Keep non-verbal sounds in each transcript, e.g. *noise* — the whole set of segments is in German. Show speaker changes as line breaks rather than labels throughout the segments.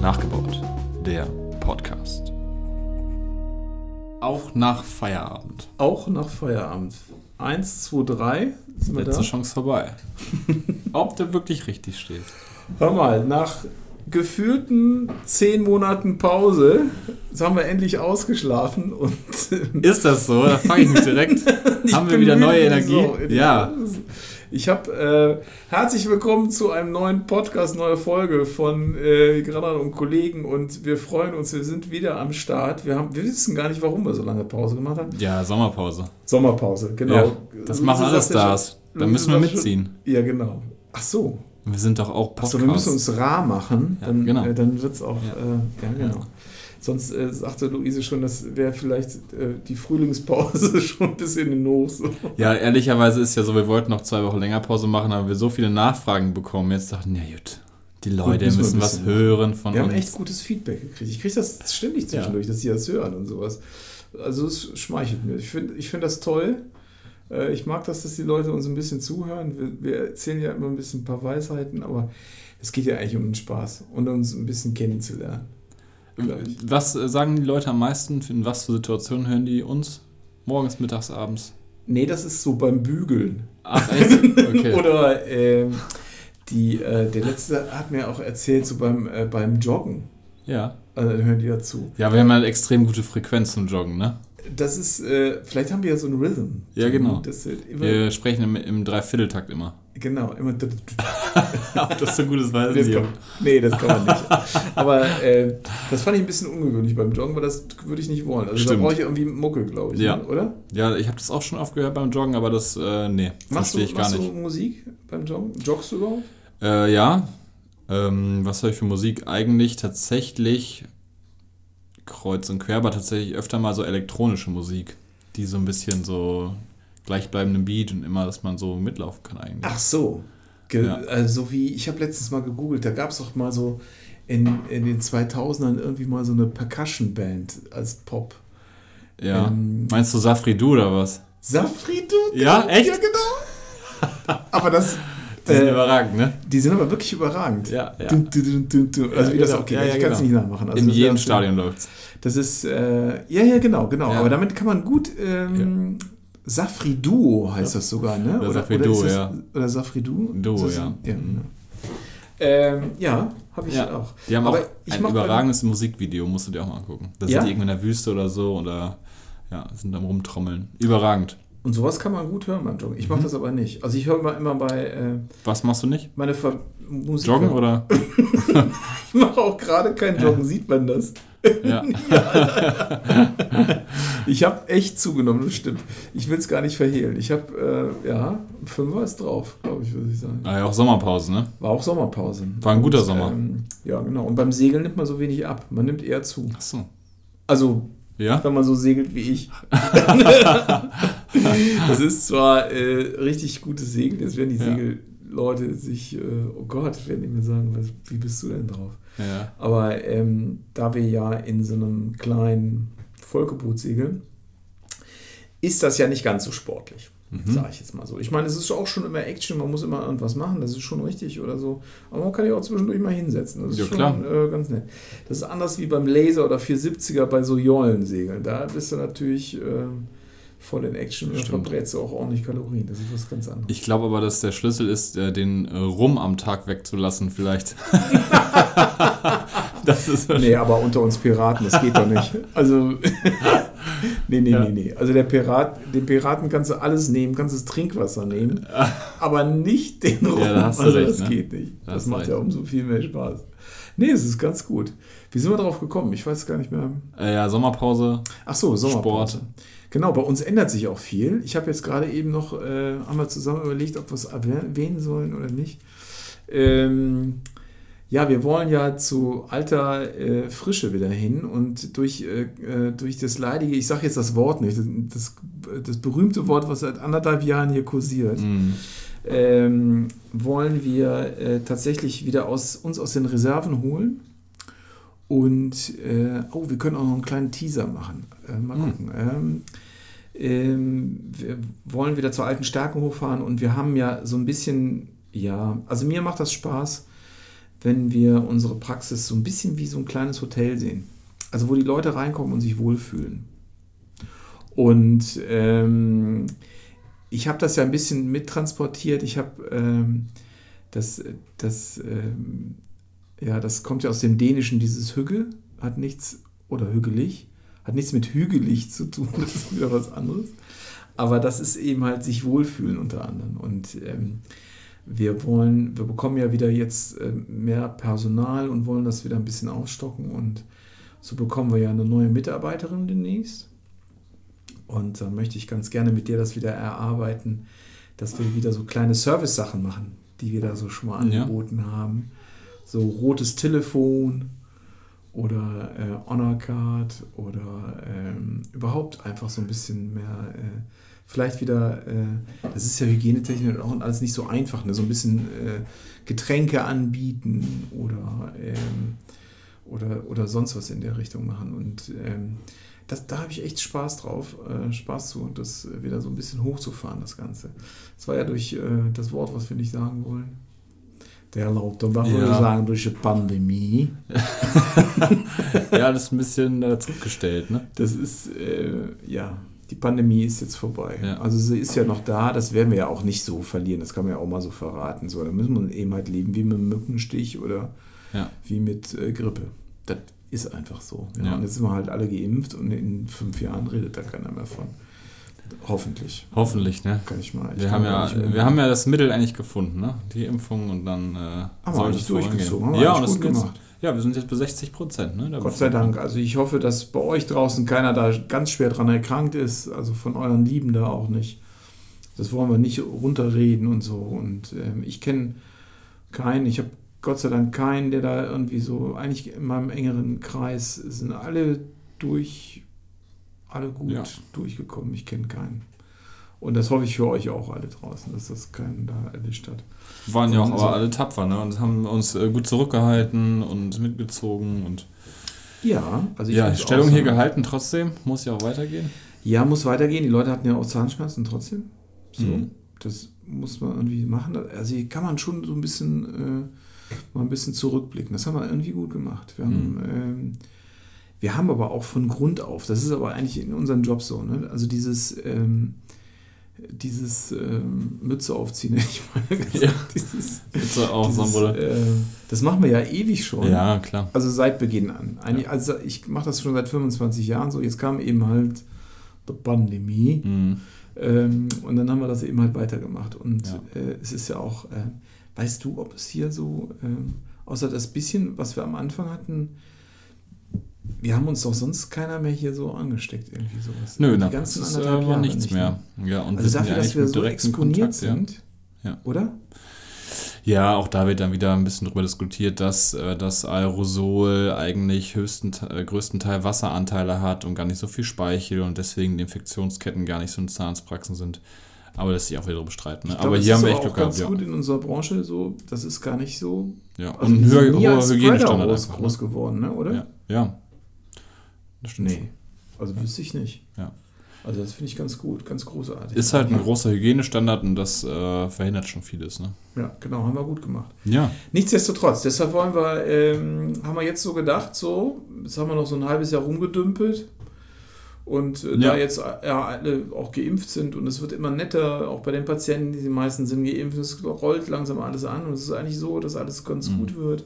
Nachgebaut, der Podcast. Auch nach Feierabend.
Auch nach Feierabend. Eins, zwei, drei. Sind wir
Letzte
da?
Chance vorbei. *laughs* Ob der wirklich richtig steht.
Hör mal, nach gefühlten zehn Monaten Pause jetzt haben wir endlich ausgeschlafen und
Ist das so? Da frage ich mich
*laughs*
direkt. Haben wir
bin
wieder neue
müde,
Energie?
so.
Ja.
Ich habe äh, herzlich willkommen zu einem neuen Podcast, neue Folge von äh, Granan und Kollegen und wir freuen uns, wir sind wieder am Start. Wir, haben, wir wissen gar nicht, warum wir so lange Pause gemacht haben.
Ja, Sommerpause.
Sommerpause, genau.
Ja, das
Luise
machen alle
sagt ja schon-
Stars. Da
Luise
müssen wir
sagt schon-
mitziehen.
Ja, genau. Ach so,
Wir sind doch auch Podcast.
Achso, Also wir müssen uns rar machen,
Ja,
dann,
genau.
äh, dann wird es auch.
Ja.
Äh, ja, genau. Sonst äh, sagte Luise schon, das wäre vielleicht äh, die Frühlingspause *laughs* schon ein bisschen in Hoch. So.
ja, ehrlicherweise ist ja so, wir wollten noch zwei Wochen länger Pause machen, aber wir so viele Nachfragen bekommen. Jetzt dachten, ja gut, die Leute
müssen wir
müssen
ein
was
bisschen-
hören von
Wir haben
uns.
echt gutes Feedback gekriegt. Ich kriege das ständig zwischendurch, dass die das hören und sowas. Also es schmeichelt mir. Ich finde ich find das toll. Äh, Ich mag das, dass die Leute uns ein bisschen zuhören. Wir, wir erzählen ja immer ein bisschen ein paar Weisheiten, aber es geht ja eigentlich um den Spaß und uns ein bisschen kennenzulernen. gleich.
Was äh, sagen die Leute am meisten? In was für Situationen hören die uns? Morgens, mittags, abends?
Nee, das ist so beim Bügeln.
Ach, echt? Okay.
*laughs*
*laughs*
Oder ähm, die, äh, der letzte hat mir auch erzählt, so beim, äh, beim Joggen.
ja.
Also dann hören die dazu.
Ja, wir haben halt extrem gute Frequenz zum Joggen, ne?
Das ist, äh, vielleicht haben wir ja so einen Rhythm.
Ja, genau.
Das wird immer,
Wir sprechen im, im Dreivierteltakt immer.
Genau, immer. Das
*laughs* Ob das so gut ist, weiß ich
kann,
nicht.
nee, das kann
*laughs*
man nicht. Aber äh, das fand ich ein bisschen ungewöhnlich beim Joggen, weil das würde ich nicht wollen. Also
Stimmt.
da brauche ich irgendwie Mucke, glaube ich.
Ja.
Ne? Oder?
Ja, ich habe das auch schon oft gehört beim Joggen, aber das, äh, nee,
Machst, du,
verstehe ich gar
machst
nicht.
du Musik beim Joggen? Joggst du überhaupt?
Äh, ja. Ähm, was höre ich für Musik? Eigentlich tatsächlich kreuz und quer, aber tatsächlich öfter mal so elektronische Musik, die so ein bisschen so gleichbleibenden Beat und immer, dass man so mitlaufen kann eigentlich.
Ach so. Ge
Ja.
Also wie, ich habe letztens mal gegoogelt, da gab es doch mal so in, in den 2000ern irgendwie mal so eine Percussion-Band als Pop.
ja.
ähm,
Meinst du Safri Du oder was?
Safridu?
Ja, echt?
Ja, genau.
*laughs*
aber das,
Die sind
äh,
überragend, ne?
die sind aber wirklich überragend.
Ja, ja.
Dun, dun, dun, dun, dun. Also
Ja,
wie das
genau.
auch geht,
Ja, ja,
ich kann es
genau.
nicht nachmachen. Also
In
das
jedem
ist-
Stadion läuft's.
Das ist, äh, ja, ja, genau, genau.
Ja.
Aber damit kann man gut, ähm, Safriduo heißt das sogar, ne?
Oder Safriduo,
ist das,
ja.
Oder Safriduo?
Duo,
Ist das-
ja.
Ja,
Mhm.
genau. ähm, ja habe ich
Ja.
auch.
Die haben
Aber
auch
ich
ein
mach bei-
überragendes Musikvideo, musst du dir auch mal angucken. Da
Ja?
sind die irgendwo in der Wüste oder so oder ja, sind am Rumtrommeln. Überragend.
Und sowas kann man gut hören beim Joggen.
Mhm.
Ich mache das aber nicht. Also ich höre immer, immer bei äh,
Was machst du nicht?
meine Ver Musik.
Joggen oder?
Ich mache auch gerade kein Joggen, sieht man das.
Ja.
Ich habe echt zugenommen, das stimmt. Ich will es gar nicht verhehlen. Ich habe, äh, ja, ein Fünfer ist drauf, glaube ich, würde ich sagen.
Ah, ja, auch Sommerpause, ne?
War auch Sommerpause.
War ein guter
Und,
Sommer.
Ähm, ja, genau. Und beim Segeln nimmt man so wenig ab. Man nimmt eher zu.
Achso.
Also,
Ja?
wenn man so segelt
*laughs*
wie ich. das ist zwar äh, richtig gutes Segeln, jetzt werden die
Ja.
Segelleute sich, äh, oh Gott, werden die mir sagen, was, wie bist du denn drauf?
Ja.
Aber ähm, da wir ja in so einem kleinen Volkeboot segeln, ist das ja nicht ganz so sportlich,
Mhm.
sage ich jetzt mal so. Ich meine, es ist auch schon immer Action, man muss immer irgendwas machen, das ist schon richtig oder so. Aber man kann ja auch zwischendurch mal hinsetzen. Das ist
Ja,
schon
klar.
Äh, ganz nett. Das ist anders wie beim Laser oder 470er bei so Jollen segeln. Da bist du natürlich ähm, voll in Action und da
Stimmt.
verbrätst du auch ordentlich Kalorien. Das ist was ganz anderes.
Ich glaube aber, dass der Schlüssel ist, äh, den äh, Rum am Tag wegzulassen,
*laughs*
vielleicht. das ist
Nee, aber unter uns Piraten, das geht doch nicht.
*laughs*
Also, *laughs* nee, nee,
Ja.
nee, nee. Also der Pirat, den Piraten kannst du alles nehmen, kannst das Trinkwasser
*laughs*
nehmen, aber nicht den Rum.
da hast du
also
recht,
das
ne?
geht nicht.
Da
das
hast du
macht
recht.
ja umso viel mehr Spaß. Nee, es ist ganz gut. Wie sind wir drauf gekommen? Ich weiß gar nicht mehr.
äh, ja, Sommerpause.
Ach so, Sommerpause.
Sport.
Genau, bei uns ändert sich auch viel. Ich habe jetzt gerade eben noch, äh, haben wir zusammen überlegt, ob wir es erwähnen sollen oder nicht. Ähm, ja, wir wollen ja zu alter äh, Frische wieder hin und durch, äh, äh, durch das leidige, ich sage jetzt das Wort nicht, das, das berühmte Wort, was seit anderthalb Jahren hier kursiert,
Mhm.
ähm, wollen wir äh, tatsächlich wieder aus, uns aus den Reserven holen. Und, äh, oh, wir können auch noch einen kleinen Teaser machen. Äh, mal
Hm.
gucken. Ähm, ähm, wir wollen wieder zur alten Stärke hochfahren und wir haben ja so ein bisschen, ja, also mir macht das Spaß, wenn wir unsere Praxis so ein bisschen wie so ein kleines Hotel sehen. Also wo die Leute reinkommen und sich wohlfühlen. Und ähm, ich habe das ja ein bisschen mittransportiert. Ich habe ähm, das, das, ähm, ja, das kommt ja aus dem Dänischen, dieses Hügge, hat nichts, oder hügelig, hat nichts mit hügelig zu tun, *laughs* das ist wieder was anderes. Aber das ist eben halt sich wohlfühlen unter anderem. Und ähm, wir wollen, wir bekommen ja wieder jetzt äh, mehr Personal und wollen das wieder ein bisschen aufstocken. Und so bekommen wir ja eine neue Mitarbeiterin demnächst. Und dann möchte ich ganz gerne mit dir das wieder erarbeiten, dass wir wieder so kleine Service-Sachen machen, die wir da so schon mal
Ja.
angeboten haben. So rotes Telefon oder äh, Honor Card oder ähm, überhaupt einfach so ein bisschen mehr, äh, vielleicht wieder, äh, das ist ja hygienetechnisch auch alles nicht so einfach, ne? so ein bisschen äh, Getränke anbieten oder, ähm, oder, oder sonst was in der Richtung machen. Und ähm, das, da habe ich echt Spaß drauf, äh, Spaß zu und das äh, wieder so ein bisschen hochzufahren, das Ganze. Das war ja durch äh, das Wort, was wir nicht sagen wollen. Der Lockdown, was wir
Ja.
sagen, durch die Pandemie.
Ja, das ist ein bisschen äh, zurückgestellt, ne?
Das ist, äh, ja, die Pandemie ist jetzt vorbei.
Ja.
Also sie ist ja noch da, das werden wir ja auch nicht so verlieren, das kann man ja auch mal so verraten. So, da müssen wir eben halt leben, wie mit einem Mückenstich oder
Ja.
wie mit äh, Grippe. Das ist einfach so. Ja.
Ja.
Und jetzt sind wir halt alle geimpft und in fünf Jahren redet da keiner mehr von. Hoffentlich.
Hoffentlich, ne?
Kann ich mal. ich
Wir haben,
kann gar
ja,
nicht mehr-
wir haben ja das Mittel eigentlich gefunden, ne? Die Impfung und dann äh,
Haben wir
sollte
eigentlich
es vorangehen.
durchgezogen, haben wir
Ja,
eigentlich
und das
gut
sind jetzt,
gemacht.
ja, wir sind jetzt bei 60 Prozent, ne? Da
Gott sei Dank. Also ich hoffe, dass bei euch draußen keiner da ganz schwer dran erkrankt ist. Also von euren Lieben da auch nicht. Das wollen wir nicht runterreden und so. Und ähm, ich kenne keinen, ich habe Gott sei Dank keinen, der da irgendwie so, eigentlich in meinem engeren Kreis sind alle durch, alle gut
Ja.
durchgekommen. Ich kenne keinen. Und das hoffe ich für euch auch alle draußen, dass das keinen da erwischt hat.
waren ja auch
sind
aber
so-
alle tapfer, ne? Und haben uns äh, gut zurückgehalten und mitgezogen und
Ja, also ich
ja,
find's auch
Stellung hier
so.
gehalten trotzdem, muss ja auch weitergehen.
Ja, muss weitergehen. Die Leute hatten ja auch Zahnschmerzen trotzdem. So,
Mhm.
das muss man irgendwie machen. Also hier kann man schon so ein bisschen äh, mal ein bisschen zurückblicken. Das haben wir irgendwie gut gemacht. Wir haben,
Mhm.
ähm, wir haben aber auch von Grund auf. Das ist aber eigentlich in unserem Job so. Ne? Also dieses ähm, dieses ähm, Mütze aufziehen. *laughs* Ich meine,
Ja.
dieses,
Jetzt auch
dieses,
Sonnenbrille.
äh, das machen wir ja ewig schon.
Ja, klar.
Also seit Beginn an. Eigentlich, Also ich mache das schon seit 25 Jahren so. Jetzt kam eben halt die Pandemie.
Mhm.
Ähm, und dann haben wir das eben halt weitergemacht. Und
Ja.
äh, es ist ja auch, äh, weißt du, ob es hier so, ähm, außer das bisschen, was wir am Anfang hatten, wir haben uns doch sonst keiner mehr hier so angesteckt, irgendwie sowas.
Nö,
Die
na, das
ganzen
ist äh,
anderthalb
war
Jahre
nichts
nicht,
mehr.
ne?
Ja, und
Also
sind
dafür,
ja
dass
eigentlich
wir
mit
so
direktem
exponiert
Kontakt,
sind,
Ja.
oder?
Ja. ja, auch da wird dann wieder ein bisschen drüber diskutiert, dass äh, das Aerosol eigentlich höchsten, äh, größten Teil Wasseranteile hat und gar nicht so viel Speichel und deswegen die Infektionsketten gar nicht so in Zahnspraxen sind. Aber das ist ja auch wieder drüber streiten. Ne?
Ich glaub,
aber
das
hier
ist
haben wir
aber
echt Glück
auch ganz
gehabt, ja.
gut in unserer Branche so, das ist gar nicht so.
ja.
Also
und ein
wir sind
höher,
nie
hoher
als Spreader
Hygienestandard
groß,
einfach.
groß
Ne?
geworden, ne? oder?
Ja. ja. Das stimmt.
Nee, also wüsste ich nicht.
Ja.
Also das finde ich ganz gut, ganz großartig.
Ist halt ein großer Hygienestandard und das äh, verhindert schon vieles. Ne?
Ja, genau, haben wir gut gemacht.
Ja.
Nichtsdestotrotz, deshalb wollen wir, ähm, haben wir jetzt so gedacht, so, jetzt haben wir noch so ein halbes Jahr rumgedümpelt. Und äh, da
Ja.
jetzt äh, ja, alle auch geimpft sind und es wird immer netter, auch bei den Patienten, die die meisten sind geimpft, es rollt langsam alles an und es ist eigentlich so, dass alles ganz
Mhm.
gut wird.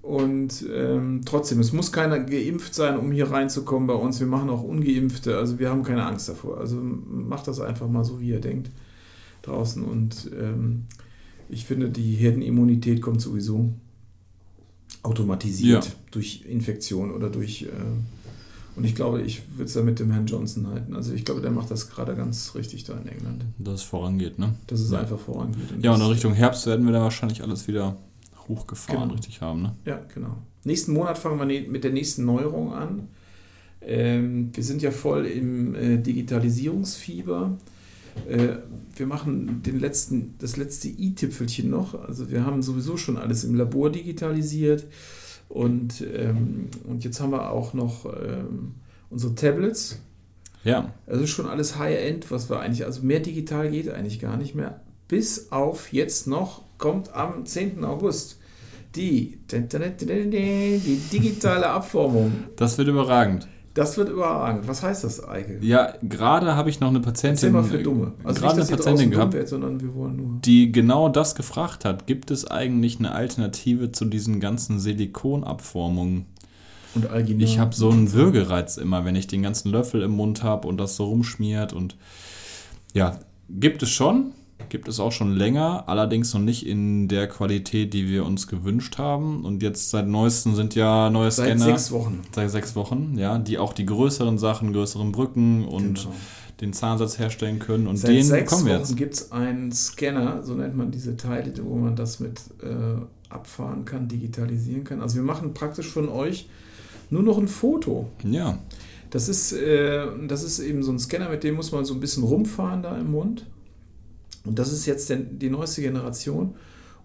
Und ähm, trotzdem, es muss keiner geimpft sein, um hier reinzukommen bei uns. Wir machen auch Ungeimpfte, also wir haben keine Angst davor. Also macht das einfach mal so, wie ihr denkt draußen. Und ähm, ich finde, die Herdenimmunität kommt sowieso automatisiert
Ja.
durch Infektion oder durch. Äh, und ich glaube, ich würde es da mit dem Herrn Johnson halten. Also ich glaube, der macht das gerade ganz richtig da in England.
Dass es vorangeht, ne?
Dass es
Ja.
einfach vorangeht.
Ja, und in
das-
Richtung Herbst werden wir dann wahrscheinlich alles wieder hochgefahren
Genau.
richtig haben, ne?
Ja, genau. Nächsten Monat fangen wir ne- mit der nächsten Neuerung an. Ähm, wir sind ja voll im äh, Digitalisierungsfieber. Äh, wir machen den letzten, das letzte i-Tüpfelchen noch. Also wir haben sowieso schon alles im Labor digitalisiert. Und, ähm, und jetzt haben wir auch noch ähm, unsere Tablets.
Ja,
Also schon alles High-End, was wir eigentlich, also mehr digital geht eigentlich gar nicht mehr. Bis auf jetzt noch, kommt am 10. August die, die digitale Abformung.
Das wird überragend.
Das wird überragend. Was heißt das eigentlich?
Ja, gerade habe ich noch eine
Erzähl
Patientin, äh,
mal für Dumme.
gerade
Also nicht,
eine
dass ihr draußen
Patientin
dumm
gehabt,
werdet, sondern wir wollen nur.
die genau das gefragt hat. Gibt es eigentlich eine Alternative zu diesen ganzen Silikonabformungen?
Und allgemein.
Ich habe so einen Würgereiz immer, wenn ich den ganzen Löffel im Mund habe und das so rumschmiert. Und ja, gibt es schon. Gibt es auch schon länger, allerdings noch nicht in der Qualität, die wir uns gewünscht haben. Und jetzt seit neuestem sind ja neue
Seit
Scanner.
sechs Wochen.
Seit sechs Wochen, ja, die auch die größeren Sachen, größeren Brücken und
Genau.
den Zahnsatz herstellen können. Und
Seit
den
sechs
bekommen wir
Wochen
jetzt.
gibt es einen Scanner, so nennt man diese Teile, wo man das mit äh, abfahren kann, digitalisieren kann. Also wir machen praktisch von euch nur noch ein Foto.
Ja,
Das ist, äh, das ist eben so ein Scanner, mit dem muss man so ein bisschen rumfahren da im Mund. Und das ist jetzt denn die neueste Generation.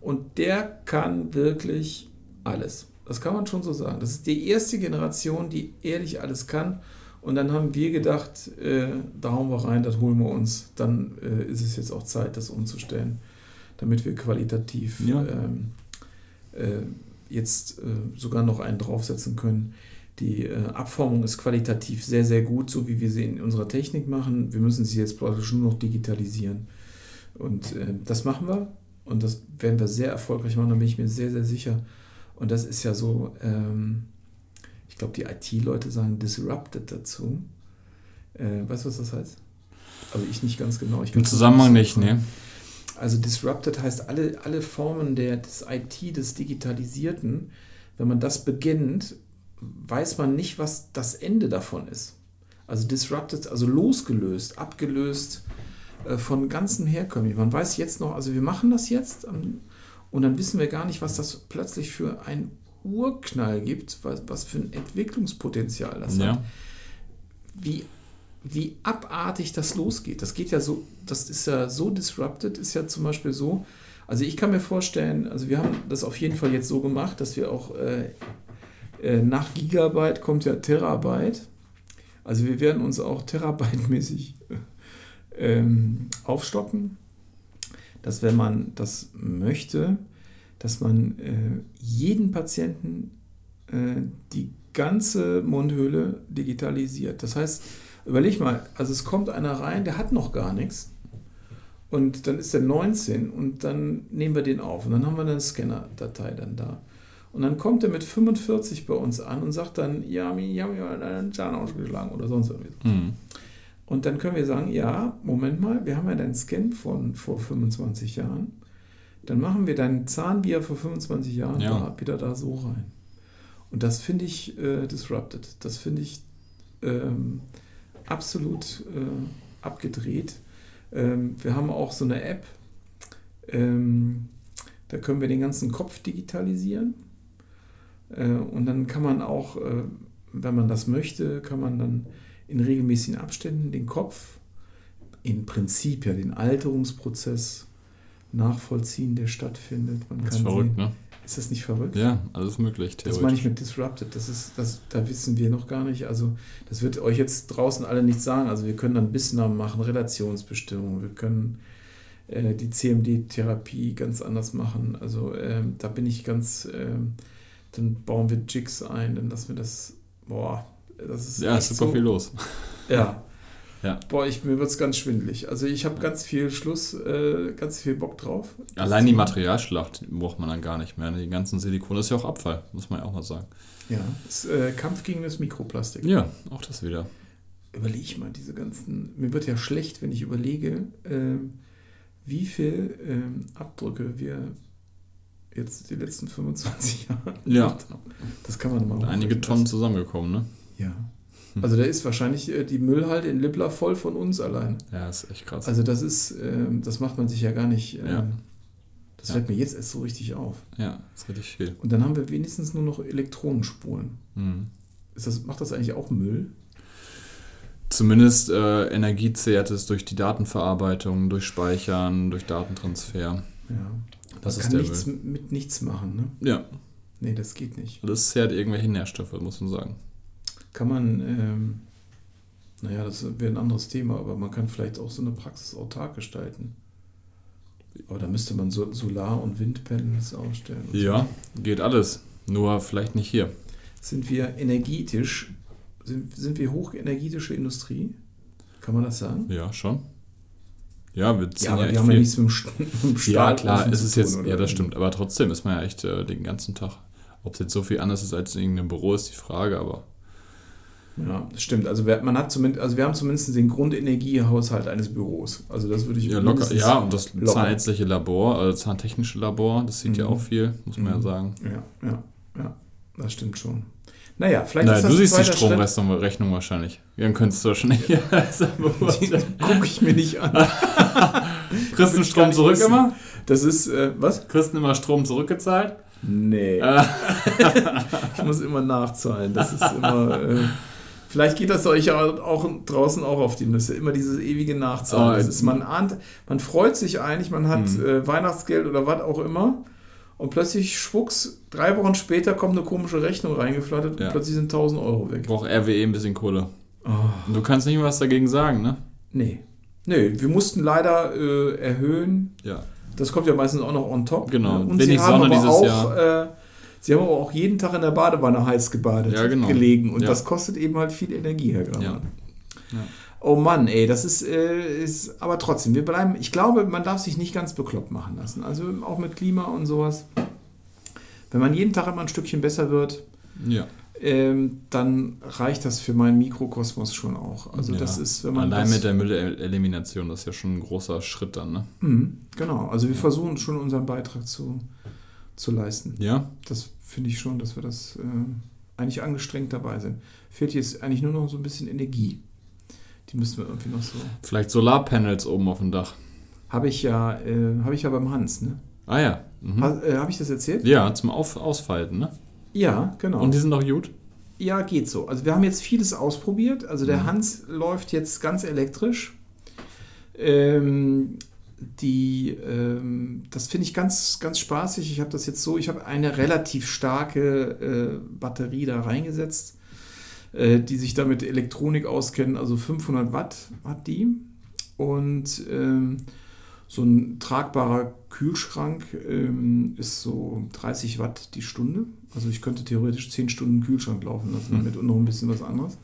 Und der kann wirklich alles. Das kann man schon so sagen. Das ist die erste Generation, die ehrlich alles kann. Und dann haben wir gedacht, äh, da hauen wir rein, das holen wir uns. Dann äh, ist es jetzt auch Zeit, das umzustellen, damit wir qualitativ
Ja.
ähm, äh, jetzt äh, sogar noch einen draufsetzen können. Die äh, Abformung ist qualitativ sehr, sehr gut, so wie wir sie in unserer Technik machen. Wir müssen sie jetzt praktisch nur noch digitalisieren. Und äh, das machen wir und das werden wir sehr erfolgreich machen, da bin ich mir sehr, sehr sicher. Und das ist ja so, ähm, ich glaube, die IT-Leute sagen disrupted dazu. Äh, weißt du, was das heißt? Also ich nicht ganz genau. Ich
im
kann's
Zusammenhang nicht,
sagen.
ne?
Also disrupted heißt alle, alle Formen der, des IT, des Digitalisierten, wenn man das beginnt, weiß man nicht, was das Ende davon ist. Also disrupted, also losgelöst, abgelöst äh, von ganzen herkömmlich. Man weiß jetzt noch, also wir machen das jetzt ähm, und dann wissen wir gar nicht, was das plötzlich für ein Urknall gibt, was, was für ein Entwicklungspotenzial das hat
Ja.
wie, wie abartig das losgeht. Das geht ja so, das ist ja so disrupted, ist ja zum Beispiel so. Also ich kann mir vorstellen, also wir haben das auf jeden Fall jetzt so gemacht, dass wir auch äh, äh, nach Gigabyte kommt ja Terabyte. Also wir werden uns auch Terabyte-mäßig *laughs* ähm, aufstocken, dass wenn man das möchte, dass man äh, jeden Patienten äh, die ganze Mundhöhle digitalisiert. Das heißt, überleg mal, also es kommt einer rein, der hat noch gar nichts. Und dann ist der 19 und dann nehmen wir den auf und dann haben wir eine Scanner-Datei dann da. Und dann kommt er mit 45 bei uns an und sagt dann, ja, mir haben ja einen Zahn ausgeschlagen oder sonst irgendwie.
Hm.
Und dann können wir sagen, ja, Moment mal, wir haben ja deinen Scan von vor 25 Jahren. Dann machen wir deinen Zahn, wie er vor 25 Jahren
Ja.
war, wieder da so rein. Und das finde ich äh, disrupted. Das finde ich ähm, absolut äh, abgedreht. Ähm, wir haben auch so eine App, ähm, da können wir den ganzen Kopf digitalisieren. Äh, und dann kann man auch, äh, wenn man das möchte, kann man dann in regelmäßigen Abständen den Kopf, im Prinzip ja den Alterungsprozess nachvollziehen, der stattfindet. Man
Das
kann
ist verrückt, ne?
Sehen. Ist das nicht verrückt?
Ja, alles möglich,
Das meine
theoretisch.
ich mit disrupted. Das ist, das, da wissen wir noch gar nicht. Also, das wird euch jetzt draußen alle nicht sagen. Also, wir können dann Bissnamen machen, Relationsbestimmung, wir können äh, die CMD-Therapie ganz anders machen. Also, ähm, da bin ich ganz, ähm, dann bauen wir Jigs ein, dann lassen wir das, boah, das ist
Ja,
echt
ist super
so,
viel los.
ja.
Ja.
Boah, ich, mir wird es ganz schwindelig. Also ich habe ganz viel Schluss, äh, ganz viel Bock drauf.
Allein die Materialschlacht braucht man dann gar nicht mehr. Die ganzen Silikone ist ja auch Abfall, muss man ja auch mal sagen.
Ja, ist, äh, Kampf gegen das Mikroplastik.
Ja, auch das wieder.
überlege ich mal diese ganzen. Mir wird ja schlecht, wenn ich überlege, ähm, wie viel ähm, Abdrücke wir jetzt die letzten 25 *laughs* Jahre
Ja.
gemacht haben. Oh, Das kann man mal.
Einige
hochrechnen
Tonnen Hm.
lassen.
zusammengekommen, ne?
Ja. Also da ist wahrscheinlich äh, die Müllhalde in Lippler voll von uns allein.
Ja, ist echt krass.
Also das ist, ähm, das macht man sich ja gar nicht. ähm,
Ja.
Das
Ja.
fällt mir jetzt erst so richtig auf.
ja, ist richtig viel.
Und dann haben wir wenigstens nur noch Elektronenspulen.
Hm.
Ist das, macht das eigentlich auch Müll?
Zumindest äh, Energie zehrt es durch die Datenverarbeitung, durch Speichern, durch Datentransfer.
Ja.
Das
man
ist
kann
der
nichts mit nichts machen, ne?
Ja,
Nee, das geht nicht.
das zehrt irgendwelche Nährstoffe, muss man sagen.
Kann man, ähm, naja, das wäre ein anderes Thema, aber man kann vielleicht auch so eine Praxis autark gestalten. Aber da müsste man so Solar- und Windpanels aufstellen. und
Ja, geht alles. Nur vielleicht nicht hier.
So. Sind wir energetisch? Sind, sind wir hochenergetische Industrie? Kann man das sagen?
Ja, schon. Ja, wir ziehen
Ja, aber
echt
wir haben ja
viel-
nichts mit dem, St mit dem
Ja,
Stahl
klar,
offen
es
zu
ist
tun,
jetzt,
oder?
ja, das stimmt, aber trotzdem ist man ja echt äh, den ganzen Tag. Ob es jetzt so viel anders ist als in irgendeinem Büro, ist die Frage, aber
Ja, das stimmt. Also wir, man hat zumindest, also wir haben zumindest den Grundenergiehaushalt eines Büros. Also das würde ich
ja, locker.
mindestens-
Ja, und das
locker.
zahnärztliche Labor, also zahntechnische Labor, das sieht ja
Mhm.
auch viel, muss man ja
Mhm.
sagen.
ja, ja, ja, das stimmt schon. Naja, vielleicht
Nein,
ist das
du
ein
siehst die
zweiter Schritt.
Stromrechnung Rechnung wahrscheinlich. Dann könntest du wahrscheinlich *laughs* ja.
*laughs*
beurteilen.
Gucke ich mir nicht an.
Kriegst du
Will
den
ich
Strom
gar
zurück
nicht wissen.
immer?
Das ist, äh, was?
Kriegst du immer Strom zurückgezahlt?
Nee.
Äh,
*laughs* Ich muss immer nachzahlen. Das ist immer. Äh, vielleicht geht das euch ja auch draußen auch auf die Nüsse. Immer dieses ewige Nachzahlen.
Oh,
das ist, man ahnt, man freut sich eigentlich, man hat
Hm.
äh, Weihnachtsgeld oder was auch immer. Und plötzlich schwupps, drei Wochen später kommt eine komische Rechnung reingeflattert
Ja.
und plötzlich sind 1000 Euro weg.
braucht RWE E ein bisschen Kohle.
Oh.
Und Du kannst nicht mal was dagegen sagen, ne?
Nee. Nee, wir mussten leider äh, erhöhen.
Ja.
Das kommt ja meistens auch noch on top.
Genau.
ne? Und
Wenig
sie haben
Sonne
aber
dieses
auch,
Jahr.
Äh, sie haben aber auch jeden Tag in der Badewanne heiß gebadet
Ja, genau.
gelegen. Und
Ja.
das kostet eben halt viel Energie, Herr Gramann.
Ja. Ja.
Oh Mann, ey, das ist, äh, ist, aber trotzdem, wir bleiben, ich glaube, man darf sich nicht ganz bekloppt machen lassen. Also auch mit Klima und sowas. Wenn man jeden Tag immer ein Stückchen besser wird,
Ja.
ähm, dann reicht das für meinen Mikrokosmos schon auch. Also
ja.
das ist, wenn man
Allein
das,
mit der Müllelimination, das ist ja schon ein großer Schritt dann, ne?
Mhm, genau, also wir versuchen schon unseren Beitrag zu, zu leisten.
Ja.
Das finde ich schon, dass wir das äh, eigentlich angestrengt dabei sind. Fehlt jetzt eigentlich nur noch so ein bisschen Energie. Die müssen wir irgendwie noch so.
Vielleicht Solarpanels oben auf dem Dach.
Habe ich ja, äh, habe ich ja beim Hans, ne?
Ah ja. Mhm.
Ha- äh, habe ich das erzählt?
Ja, zum auf Ausfalten, ne?
Ja, genau.
Und die sind doch gut.
ja, geht so. Also wir haben jetzt vieles ausprobiert. Also der Hans läuft jetzt ganz elektrisch. Ähm, die, ähm, das finde ich ganz, ganz spaßig. Ich habe das jetzt so, ich habe eine relativ starke äh, Batterie da reingesetzt, äh, die sich damit Elektronik auskennen. Also 500 Watt hat die. Und ähm, so ein tragbarer Kühlschrank ähm, ist so 30 Watt die Stunde. Also ich könnte theoretisch 10 Stunden Kühlschrank laufen lassen damit und noch ein bisschen was anderes.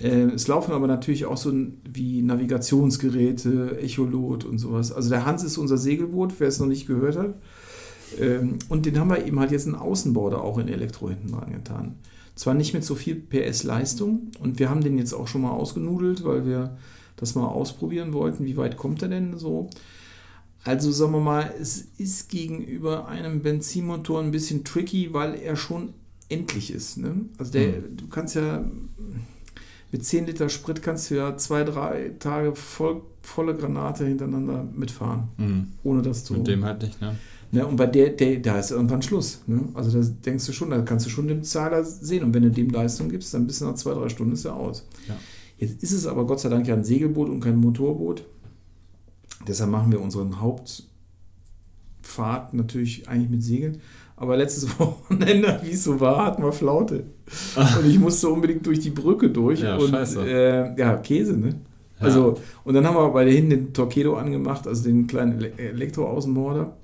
Äh, es laufen aber natürlich auch so n- wie Navigationsgeräte, Echolot und sowas. Also der Hans ist unser Segelboot, wer es noch nicht gehört hat. Ähm, und den haben wir eben halt jetzt einen Außenbau da auch in Elektro hinten dran getan. Zwar nicht mit so viel PS Leistung und wir haben den jetzt auch schon mal ausgenudelt, weil wir das mal ausprobieren wollten. Wie weit kommt er denn so? Also sagen wir mal, es ist gegenüber einem Benzinmotor ein bisschen tricky, weil er schon endlich ist. Ne? Also der,
Mhm.
du kannst ja mit 10 Liter Sprit kannst du ja zwei, drei Tage voll, volle Granate hintereinander mitfahren,
Mhm.
ohne dass du.
Mit dem halt nicht, ne?
Ne, und bei der, der, da ist irgendwann Schluss. Ne? Also da denkst du schon, da kannst du schon den Zahler sehen. Und wenn du dem Leistung gibst, dann bist du nach zwei, drei Stunden ist er aus.
Ja.
Jetzt ist es aber Gott sei Dank ja ein Segelboot und kein Motorboot. Deshalb machen wir unseren Hauptfahrt natürlich eigentlich mit Segeln. Aber letztes *laughs* Wochenende, wie es so war, hatten wir Flaute. Und ich musste unbedingt durch die Brücke durch.
Ah. Ja,
und
scheiße.
Äh, ja, Käse, ne?
Ja.
Also, und dann haben wir bei der hinten den Torpedo angemacht, also den kleinen Ele- Elektroaußenborder.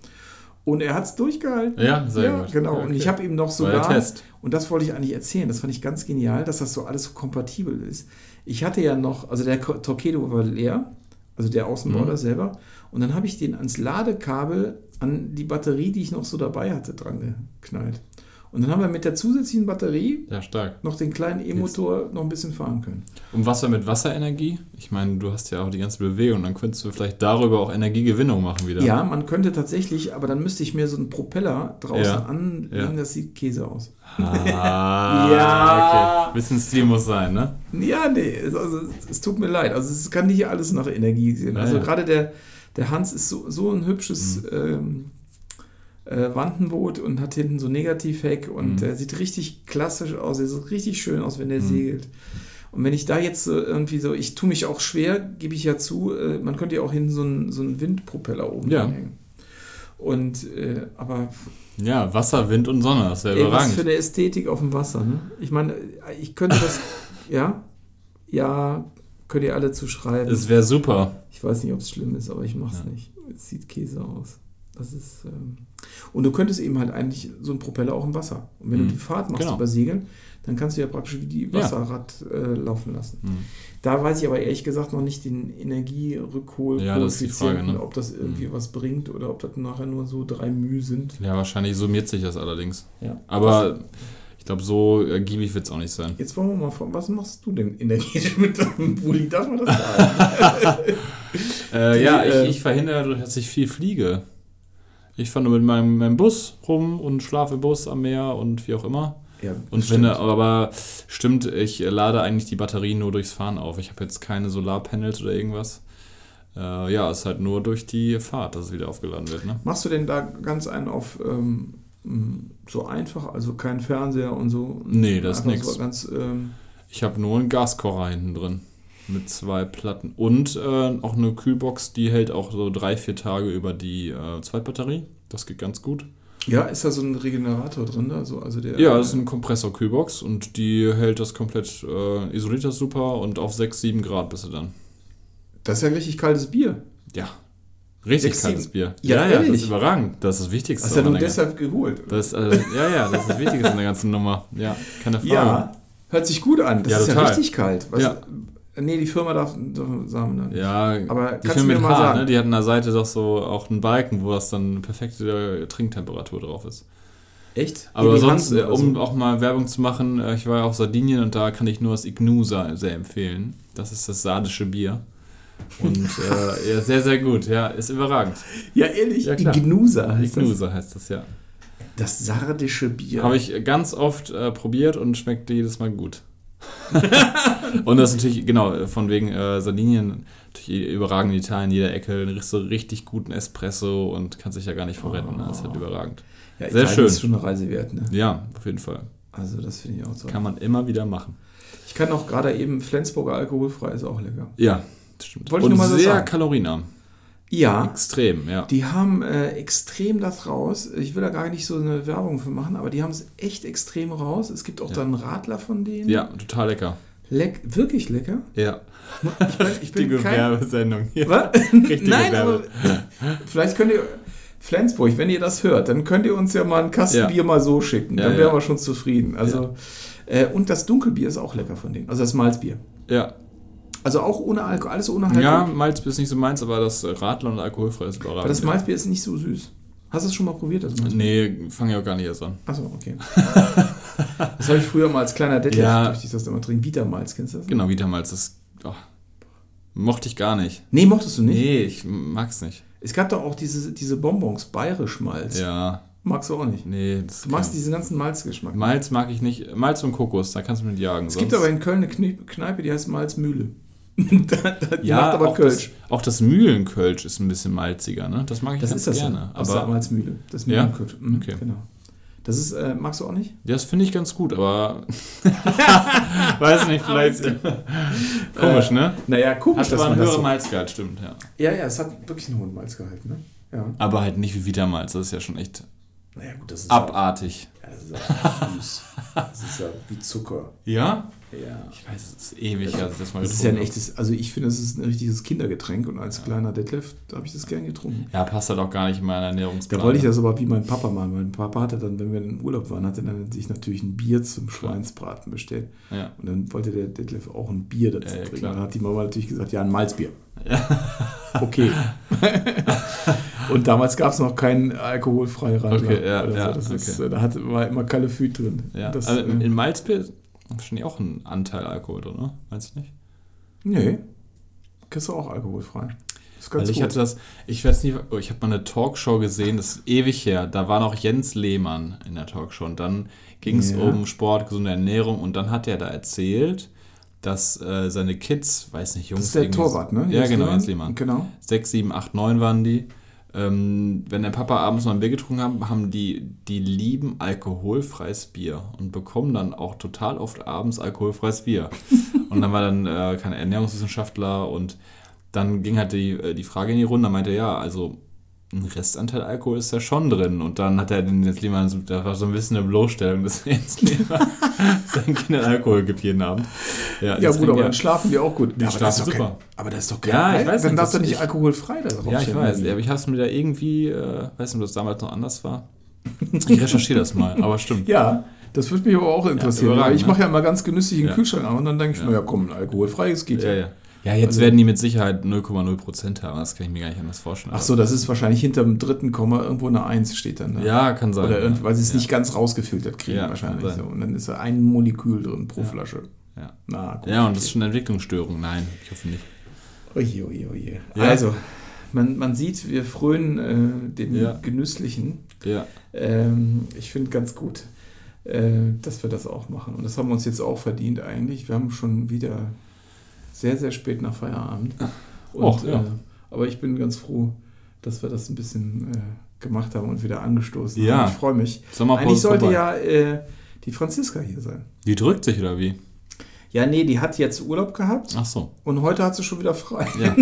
Und er hat es durchgehalten.
Ja, sehr
ja,
gut.
genau.
Ja,
Und
okay.
ich habe ihm noch
War der
sogar,
Test.
und das wollte ich eigentlich erzählen, das fand ich ganz genial, dass das so alles so kompatibel ist. Ich hatte ja noch, also der Ko- Torpedo war leer, also der Außenborder
Mhm.
selber. Und dann habe ich den ans Ladekabel an die Batterie, die ich noch so dabei hatte, dran geknallt. Und dann haben wir mit der zusätzlichen Batterie
Ja, stark.
noch den kleinen E-Motor noch ein bisschen fahren können.
Und Wasser mit Wasserenergie? Ich meine, du hast ja auch die ganze Bewegung, dann könntest du vielleicht darüber auch Energiegewinnung machen wieder.
Ja, man könnte tatsächlich, aber dann müsste ich mir so einen Propeller draußen
Ja.
anlegen,
Ja.
das sieht Käse aus.
Ah,
*laughs* Ja.
Okay. Bisschen Stil muss sein, ne?
Ja, nee, es- also, es tut mir leid. Also es kann nicht alles nach Energie sehen.
Ja,
Also
ja. Mhm.
gerade der, der Hans ist so, so ein hübsches ähm, äh, Wandenboot und hat hinten so Negativheck und
Mhm.
der sieht richtig klassisch aus. Er sieht richtig schön aus, wenn er
Mhm.
segelt. Und wenn ich da jetzt so irgendwie so, ich tue mich auch schwer, gebe ich ja zu, äh, man könnte ja auch hinten so einen, so einen Windpropeller oben
Ja.
hängen. Und äh, aber
Ja, Wasser, Wind und Sonne, das wäre
Ey, was
überragend.
für eine Ästhetik auf dem Wasser, ne? Ich meine, ich könnte
*laughs*
das, ja, ja, könnt ihr alle zuschreiben.
Es wäre super.
Ich weiß nicht, ob es schlimm ist, aber ich mach's nicht. Es sieht Käse aus. Das ist, ähm und du könntest eben halt eigentlich so einen Propeller auch im Wasser. Und wenn
Mhm.
du die Fahrt machst
Genau.
über Segeln, dann kannst du ja praktisch wie die
Ja.
Wasserrad äh, laufen lassen.
Mhm.
Da weiß ich aber ehrlich gesagt noch nicht den
Ja, das ist die Frage,
Energierückholkoeffizienten,
ne?
ob das irgendwie
Mhm.
was bringt oder ob das nachher nur so drei Mühe sind.
Ja, wahrscheinlich summiert sich das allerdings.
Ja.
Aber ich glaube, so ergiebig wird es auch nicht sein.
Jetzt wollen wir mal fragen, was machst du denn energetisch mit deinem Bulli? Darf man das sagen?
Äh,
Die,
ja,
äh,
ich, ich verhindere dadurch, dass ich viel fliege. Ich fahre nur mit meinem, meinem Bus rum und schlafe im Bus am Meer und wie auch immer.
ja,
Und
das
wenn,
stimmt.
aber stimmt, ich lade eigentlich die Batterien nur durchs Fahren auf. Ich habe jetzt keine Solarpanels oder irgendwas. Äh, ja, es ist halt nur durch die Fahrt, dass es wieder aufgeladen wird. Ne?
Machst du denn da ganz einen auf ähm, mh, so einfach, also kein Fernseher und so?
Nee, das ist
Einfach
nix.
So ganz, ähm,
Ich habe nur einen Gaskocher hinten drin mit zwei Platten und äh, auch eine Kühlbox, die hält auch so drei, vier Tage über die äh, Zweitbatterie. Das geht ganz gut.
ja, ist da so ein Regenerator drin? Also, also der,
Ja, das ist eine Kompressor-Kühlbox und die hält das komplett, äh, isoliert das super und auf 6, 7 Grad bist du dann.
das ist ja richtig kaltes Bier.
Ja. Richtig
Sechs,
kaltes Bier.
Ja,
das
ehrlich?
ist überragend. Das ist das Wichtigste.
Hast du ja
an
nur
der
deshalb geholt.
ganzen- das, äh, ja, ja, das ist das Wichtigste an der ganzen Nummer. Ja, keine Frage.
Ja, hört sich gut an. Das
Ah. Ja,
ist ja
total.
richtig kalt. Was,
Ja.
Nee, die Firma darf, darf sagen dann.
Ja, die
Aber kannst du
Filme
mir
mit
mal
Haar,
sagen?
ne? die hat an der Seite doch so auch einen Balken, wo das dann perfekte Trinktemperatur drauf ist.
Echt?
Aber
Irgendwie
sonst,
Hansen
äh,
oder
um
so.
auch mal Werbung zu machen, äh, ich war ja auf Sardinien und da kann ich nur das Ignu sa- sehr empfehlen. Das ist das sardische Bier. Und
*laughs*
äh, ja, sehr, sehr gut. Ja, ist überragend.
Ja, ehrlich,
Ja,
die
klar.
Gnusa heißt das.
Ignusa heißt das, ja.
Das sardische Bier.
Habe ich ganz oft äh, probiert und schmeckt jedes Mal
*laughs*
gut. und das ist natürlich, genau, von wegen äh, Sardinien, natürlich überragend in Italien, jeder Ecke, dann riechst du richtig guten Espresso und kannst dich ja gar nicht verrennen. Das ist
Oh.
halt überragend.
ja,
sehr
Italien
schön.
ist schon eine Reise wert, ne?
Ja, auf jeden Fall.
Also das finde ich auch so.
Kann man immer wieder machen.
Ich kann auch gerade eben Flensburger alkoholfrei, ist auch lecker.
Ja, das stimmt.
Wollte ich
und
nur mal so
sehr
sagen.
kalorienarm.
Ja,
Extrem, ja.
die haben äh, extrem das raus. Ich will da gar nicht so eine Werbung für machen, aber die haben es echt extrem raus. Es gibt auch
Ja.
da einen Radler von denen.
Ja, total lecker.
Leck, wirklich lecker.
Ja.
Ich, mein, ich bin kein...
Werbesendung hier.
Was?
*laughs*
*laughs*
Richtige
Nein, aber
Werbe.
vielleicht könnt ihr... Flensburg, wenn ihr das hört, dann könnt ihr uns ja mal einen Kasten
Ja.
Bier mal so schicken.
Ja,
dann
ja.
wären wir schon zufrieden. Also, äh, und das Dunkelbier ist auch lecker von denen. Also das Malzbier.
Ja.
Also auch ohne Alkohol, alles ohne Alkohol.
ja, Malz ist nicht so meins, aber das Radler und alkoholfrei ist überragend.
Aber das Malzbier ist nicht so süß. Hast du es schon mal probiert, das Malzbier?
nee, fange ja auch gar nicht erst an.
Achso, okay. *laughs* das habe ich früher mal als kleiner Detlef,
Ja.
durfte ich das immer trinken. Vita-Malz, kennst du das?
Genau, Vitamals, das oh, mochte ich gar nicht.
Nee, mochtest du nicht?
Nee, ich mag's nicht.
Es gab doch auch diese, diese Bonbons, Bayerisch-Malz.
Ja,
Magst du auch nicht.
nee. Das
Du magst
kann-
diesen ganzen Malzgeschmack.
Malz mag ich nicht. Malz und Kokos, da kannst du mich jagen.
es gibt aber in Köln eine Knie- Kneipe, die heißt Malzmühle. *laughs* da, da, die
ja,
macht aber
auch
Kölsch.
Das, auch das Mühlenkölsch ist ein bisschen malziger, ne? Das mag ich
Das,
ganz
ist das
gerne.
ja. Aus der
Aber
Malzmühle. Das ist
Ja?
Mühlenkölsch. Mhm,
Okay.
Genau. Das ist, äh, magst du auch nicht?
das finde ich ganz gut, aber *laughs* weiß *laughs* nicht, vielleicht. Komisch, ne?
Naja, komisch,
Hat aber einen
das
höheren
so-
Malzgehalt, stimmt, ja.
Ja, ja, es hat wirklich einen hohen Malzgehalt, ne? Ja.
Aber halt nicht wie Vitamalz, das ist ja schon echt
Naja, gut, das ist
abartig.
Ja, das ist auch süß. Das ist ja wie Zucker.
Ja?
Ja.
Ich weiß, es ist ewig, als ich das mal
Das ist ja ein echtes, also ich finde, das ist ein richtiges Kindergetränk und als kleiner Detlef habe ich das gern getrunken.
Ja, passt halt auch gar nicht in meinen
Da
Ernährungsplan.
wollte ich das aber wie mein Papa machen. Mein Papa hatte dann, wenn wir in Urlaub waren, hatte dann sich natürlich ein Bier zum Schweinsbraten bestellt.
Ja.
Und dann wollte der Detlef auch ein Bier dazu
Ja, ja,
trinken.
klar.
Dann hat die Mama natürlich gesagt, ja, ein Malzbier.
*laughs*
Okay. und damals gab es noch keinen alkoholfreien Radler.
Okay, ja,
oder so.
ja,
das ist,
okay.
äh, Da hatte, war immer Kalefüt drin.
Ja,
Das,
also
äh,
in Malzbier ist wahrscheinlich auch ein Anteil Alkohol drin, oder? Meinst du nicht?
Nee. Kriegst du auch alkoholfrei. Ist ganz
also ich
gut.
hatte das, ich weiß nicht, oh, ich habe mal eine Talkshow gesehen, das ist ewig her. Da war noch Jens Lehmann in der Talkshow und dann ging es
Ja.
um Sport, gesunde Ernährung und dann hat er da erzählt, dass äh, seine Kids, weiß nicht, Jungs.
das ist der
irgendwie-
Torwart, ne?
Ja,
Jens
genau,
Lehmann?
Jens Lehmann.
Genau.
Sechs, sieben, acht, neun waren die. Ähm, wenn der Papa abends mal ein Bier getrunken hat, haben die, die lieben alkoholfreies Bier und bekommen dann auch total oft abends alkoholfreies
*laughs*
Bier. und dann war dann äh, kein Ernährungswissenschaftler und dann ging halt die, äh, die Frage in die Runde, da meinte er, ja, also ein Restanteil Alkohol ist da schon drin. Und dann hat er den jetzt lieber, so- das war so ein bisschen eine Bloßstellung, dass er jetzt lieber
*laughs*
seinen Kindern Alkohol gibt jeden Abend.
Ja,
das
gut, aber
trinken
dann schlafen die auch gut. Ja, aber, das
schlafen
ist doch kein,
super.
aber das ist doch kein
Ja, ich
Al-
weiß
Dann
nicht,
darfst du
das-
nicht
ich-
alkoholfrei da drauf
Ja, ich weiß. Ja, aber ich habe es mir da irgendwie, äh, weiß nicht, ob das damals noch anders *laughs* war. Ich recherchiere das mal, aber stimmt.
Ja, das würde mich aber auch interessieren.
überragend,
weil ich
ne?
mache ja mal ganz genüsslich den
Ja.
Kühlschrank an und dann denke ich, naja, komm, alkoholfrei, es geht
Ja, ja. ja jetzt
Also-
werden die mit Sicherheit 0,0% haben. Das kann ich mir gar nicht anders vorstellen.
Ach so, das ist wahrscheinlich hinter dem dritten Komma irgendwo eine Eins steht dann da.
Ja, kann sein.
Oder irgend, weil sie es
ja.
nicht ganz rausgefiltert kriegen
Ja, kann
wahrscheinlich.
sein.
So. Und dann ist da ein Molekül drin pro Flasche.
Ja.
Na, gut.
Ja, und das ist schon eine Entwicklungsstörung. Nein, ich hoffe nicht.
Oje, oje, oje.
Ja.
Also, man, man sieht, wir frönen äh, dem
Ja.
Genüsslichen.
Ja,
Ähm, ich finde ganz gut, äh, dass wir das auch machen. Und das haben wir uns jetzt auch verdient eigentlich. Wir haben schon wieder sehr, sehr spät nach Feierabend. Und,
Och, ja.
äh, aber ich bin ganz froh, dass wir das ein bisschen äh, gemacht haben und wieder angestoßen
Ja.
haben. Ich freue mich.
Sommerpause
eigentlich sollte
vorbei.
ja äh, die Franziska hier sein.
Die drückt sich oder wie?
Ja, nee, die hat jetzt Urlaub gehabt
Ach so.
und heute hat sie schon wieder frei.
Ja.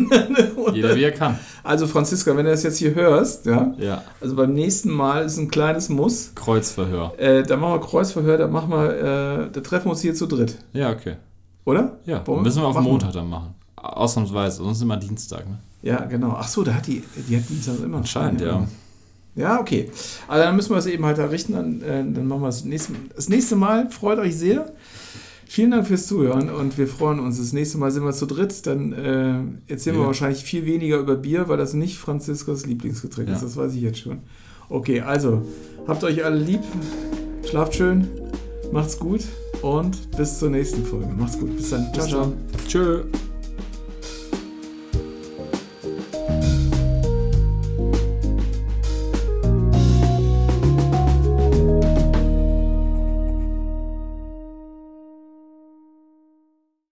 *laughs*
Jeder wie er kann.
Also Franziska, wenn du das jetzt hier hörst, ja,
Ja.
also beim nächsten Mal ist ein kleines Muss.
Kreuzverhör.
Äh, da machen wir Kreuzverhör, da machen wir, äh, da treffen wir uns hier zu dritt,
Ja, okay.
oder?
Ja,
Wollen wir-
müssen wir auf
machen wir.
Montag dann machen. Ausnahmsweise, sonst immer Dienstag, ne?
Ja, genau. Ach so, da hat die, die hat Dienstag immer
Anscheinend,
genau.
ja.
Ja, okay. Also dann müssen wir es eben halt errichten, dann, äh, dann machen wir es nächste, das nächste Mal. Freut euch sehr. Vielen Dank fürs Zuhören und wir freuen uns. Das nächste Mal sind wir zu dritt. Dann äh, erzählen wir
Ja.
wahrscheinlich viel weniger über Bier, weil das nicht Franziskas Lieblingsgetränk
Ja.
ist. Das weiß ich jetzt schon. Okay, also habt euch alle lieb, schlaft schön, macht's gut und bis zur nächsten Folge. Macht's gut. Bis dann. Ciao, ciao.
Tschö.